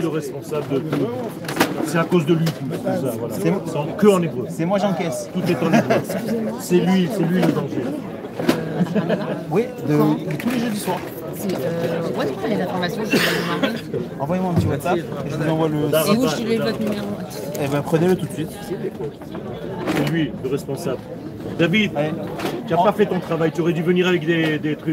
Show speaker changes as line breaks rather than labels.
le responsable de tout. C'est à cause de lui tout, tout ça. Voilà. C'est que en hébreu.
C'est moi j'encaisse.
Tout est en hébreu. C'est lui, c'est lui le danger.
Oui, de, tous les jeudis soirs.
C'est, euh, où est-ce qu'on a les informations sur le mari
Envoyez-moi un petit WhatsApp, je vous envoie le.
Et où je suis votre numéro
Eh ben prenez-le tout de suite.
C'est lui le responsable. David,
Allez.
tu n'as pas fait ton travail. Tu aurais dû venir avec des, des trucs.